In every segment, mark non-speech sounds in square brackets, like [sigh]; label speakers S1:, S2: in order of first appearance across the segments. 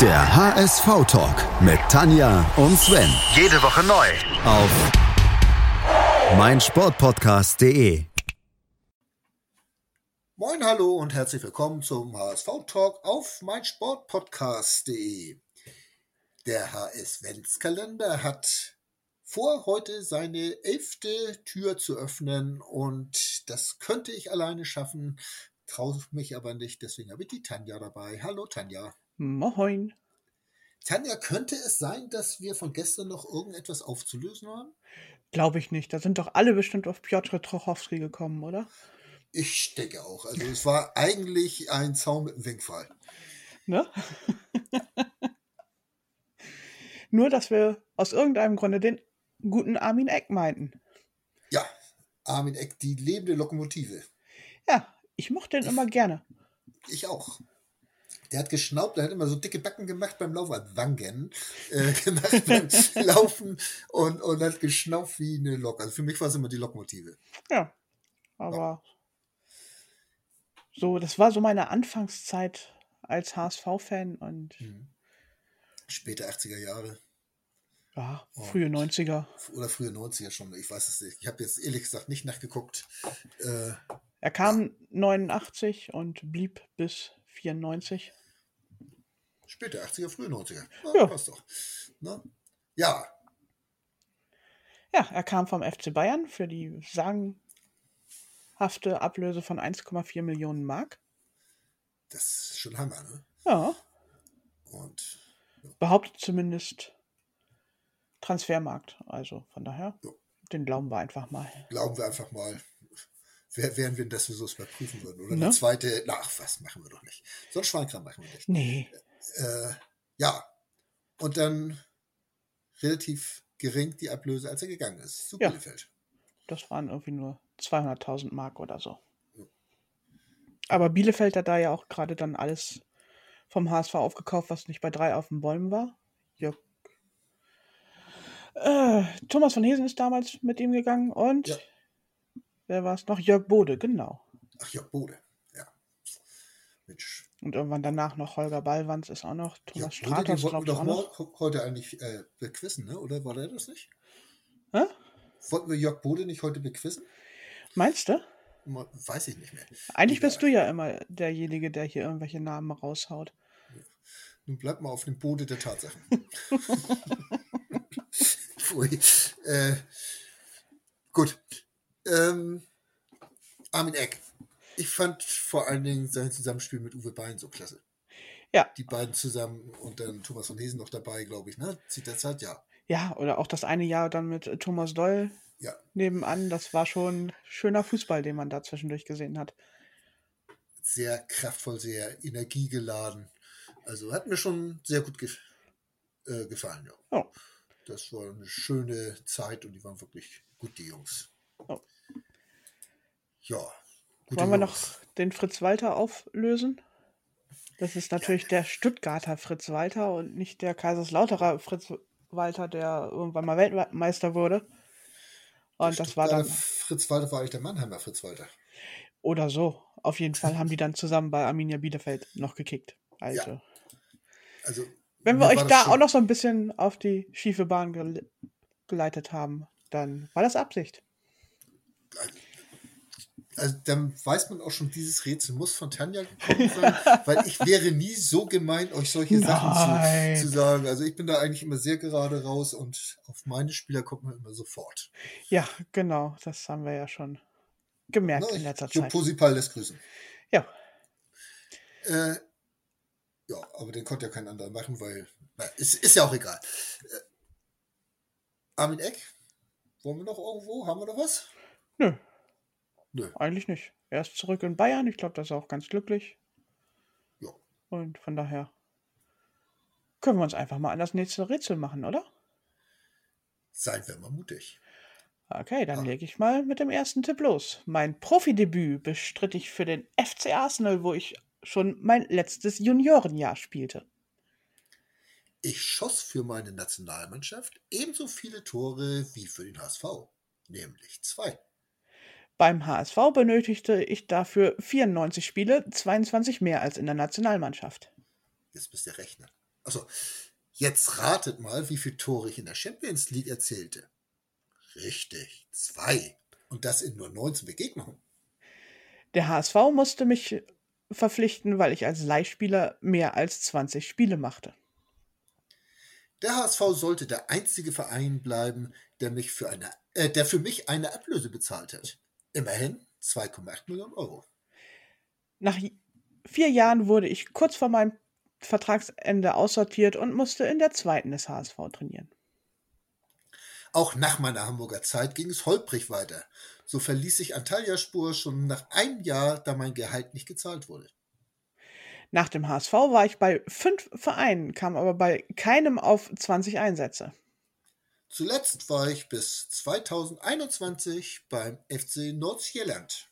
S1: Der HSV-Talk mit Tanja und Sven.
S2: Jede Woche neu.
S1: Auf meinsportpodcast.de.
S3: Moin, hallo und herzlich willkommen zum HSV-Talk auf meinsportpodcast.de. Der HSV-Kalender hat vor, heute seine elfte Tür zu öffnen und das könnte ich alleine schaffen, traue mich aber nicht, deswegen habe ich die Tanja dabei. Hallo Tanja.
S4: Moin.
S3: Tanja, könnte es sein, dass wir von gestern noch irgendetwas aufzulösen haben?
S4: Glaube ich nicht. Da sind doch alle bestimmt auf Piotr Trochowski gekommen, oder?
S3: Ich denke auch. Also es war eigentlich ein Zaun mit einem Winkfall.
S4: Ne? [laughs] Nur, dass wir aus irgendeinem Grunde den guten Armin Eck meinten.
S3: Ja, Armin Eck, die lebende Lokomotive.
S4: Ja, ich mochte den immer gerne.
S3: Ich auch. Der hat geschnaubt, der hat immer so dicke Backen gemacht beim Laufen, hat Wangen äh, [laughs] gemacht beim Laufen und, und hat geschnauft wie eine Lok. Also für mich war es immer die Lokmotive.
S4: Ja. Aber so, das war so meine Anfangszeit als HSV-Fan und
S3: Hm. Späte 80er Jahre
S4: ja, frühe 90er.
S3: oder frühe 90er schon. Ich weiß es nicht. Ich habe jetzt ehrlich gesagt nicht nachgeguckt. Äh,
S4: Er kam 89 und blieb bis 94.
S3: Späte 80er, frühe 90er. Na,
S4: Ja.
S3: Passt doch. Ne? Ja,
S4: Ja, er kam vom FC Bayern für die sagenhafte Ablöse von 1,4 Millionen Mark.
S3: das ist schon Hammer. Ne?
S4: Ja,
S3: Und
S4: behauptet zumindest Transfermarkt. Also von daher,
S3: Ja.
S4: den glauben wir einfach mal.
S3: glauben wir einfach mal, wer wären wir, denn, dass wir sowas mal prüfen würden? Oder
S4: Ne?
S3: eine zweite, na, ach was, machen wir doch nicht. So ein Schweinkram machen wir nicht.
S4: Nee,
S3: äh, ja, und dann relativ gering die Ablöse, als er gegangen ist, zu
S4: Ja.
S3: Bielefeld.
S4: das waren irgendwie nur 200.000 Mark oder so. Aber Bielefeld hat da ja auch gerade dann alles vom HSV aufgekauft, was nicht bei drei auf den Bäumen war. Jörg. Äh, Thomas von Hesen ist damals mit ihm gegangen und
S3: Ja.
S4: wer war es noch? Jörg Bode, genau.
S3: Ach ja, Bode, ja. Mensch,
S4: Und irgendwann danach noch Holger Ballwanz ist auch noch.
S3: ja,
S4: Thomas
S3: Bode,
S4: Stratos,
S3: den wollten
S4: glaube
S3: wir
S4: ich, auch noch.
S3: doch mor- heute eigentlich äh, bequissen, ne? oder war der das nicht?
S4: Hä?
S3: Wollten wir Jörg Bode nicht heute bequissen?
S4: Meinst du?
S3: Mo- Weiß ich nicht mehr.
S4: Eigentlich
S3: Egal.
S4: bist du ja immer derjenige, der hier irgendwelche Namen raushaut.
S3: Nun bleibt mal auf dem Boden der Tatsachen. [laughs] Pfui. Äh, gut. Ähm, Armin Eck. Ich fand vor allen Dingen sein Zusammenspiel mit Uwe Bein so klasse.
S4: Ja.
S3: Die beiden zusammen und dann Thomas von Hesen noch dabei, glaube ich, ne? Zieht der Zeit? Ja.
S4: Ja, oder auch das eine Jahr dann mit äh, Thomas Doll
S3: Ja.
S4: nebenan. Das war schon schöner Fußball, den man da zwischendurch gesehen hat.
S3: Sehr kraftvoll, sehr energiegeladen. Also hat mir schon sehr gut ge äh, gefallen, ja.
S4: Ja.
S3: Das war eine schöne Zeit und die waren wirklich gut, die Jungs.
S4: Ja.
S3: Ja. gute
S4: Wollen wir noch
S3: Jungs.
S4: den Fritz Walter auflösen? Das ist natürlich der Stuttgarter Fritz Walter und nicht der Kaiserslauterer Fritz Walter, der irgendwann mal Weltmeister wurde. Und das war
S3: Stuttgarter
S4: dann.
S3: Fritz Walter war eigentlich der Mannheimer Fritz Walter.
S4: Oder so. Auf jeden Fall haben die dann zusammen bei Arminia Bielefeld noch gekickt. Also.
S3: Also,
S4: Wenn wir
S3: mir
S4: euch
S3: war das
S4: da
S3: schon-
S4: auch noch so ein bisschen auf die schiefe Bahn gele geleitet haben, dann war das Absicht.
S3: Also, dann weiß man auch schon, dieses Rätsel muss von Tanja gekommen
S4: [laughs]
S3: sein, weil ich wäre nie so gemein, euch solche Sachen
S4: Nein.
S3: zu, zu sagen. Also, ich bin da eigentlich immer sehr gerade raus und auf meine Spieler kommt man immer sofort.
S4: Ja, genau, das haben wir ja schon gemerkt
S3: Ne?
S4: in letzter
S3: Jo
S4: Zeit.
S3: Posipal lässt grüßen.
S4: Ja,
S3: Äh, ja, aber den konnte ja kein anderer machen, weil. Na, ist, ist ja auch egal. Äh, Armin Eck? Wollen wir noch irgendwo? Haben wir noch was?
S4: nö,
S3: Nö.
S4: eigentlich nicht. Er ist zurück in Bayern, ich glaube, das ist auch ganz glücklich.
S3: Ja.
S4: Und von daher können wir uns einfach mal an das nächste Rätsel machen, oder?
S3: Seien wir mal mutig.
S4: Okay, dann lege ich mal mit dem ersten Tipp los. Mein Profidebüt bestritt ich für den FC Arsenal, wo ich schon mein letztes Juniorenjahr spielte.
S3: Ich schoss für meine Nationalmannschaft ebenso viele Tore wie für den HSV, nämlich zwei.
S4: Beim HSV benötigte ich dafür 94 Spiele, 22 mehr als in der Nationalmannschaft.
S3: Jetzt bist du Rechner. Also, jetzt ratet mal, wie viele Tore ich in der Champions League erzählte. Richtig, zwei. Und das in nur 19 Begegnungen.
S4: Der HSV musste mich verpflichten, weil ich als Leihspieler mehr als 20 Spiele machte.
S3: Der HSV sollte der einzige Verein bleiben, der, mich für eine, äh, der für mich eine Ablöse bezahlt hat. Immerhin 2,8 Millionen Euro.
S4: Nach j- vier Jahren wurde ich kurz vor meinem Vertragsende aussortiert und musste in der zweiten des HSV trainieren.
S3: Auch nach meiner Hamburger Zeit ging es holprig weiter. So verließ ich Antalya Spur schon nach einem Jahr, da mein Gehalt nicht gezahlt wurde.
S4: Nach dem HSV war ich bei fünf Vereinen, kam aber bei keinem auf 20 Einsätze.
S3: Zuletzt war ich bis 2021 beim FC Nordsjelland.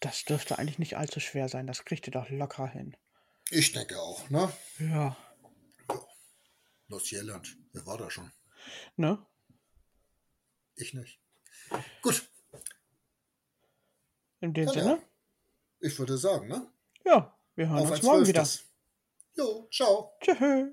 S4: Das dürfte eigentlich nicht allzu schwer sein, das kriegt ihr doch locker hin.
S3: Ich denke auch, ne?
S4: Ja.
S3: Nordsjelland, wer war da schon?
S4: Ne?
S3: Ich nicht. Gut,
S4: In dem
S3: Ja, ja.
S4: Sinne?
S3: ich würde sagen, ne?
S4: Ja, wir hören
S3: Auf
S4: uns
S3: als
S4: morgen wieder.
S3: Zwölftes. Jo, ciao.
S4: Tschüss.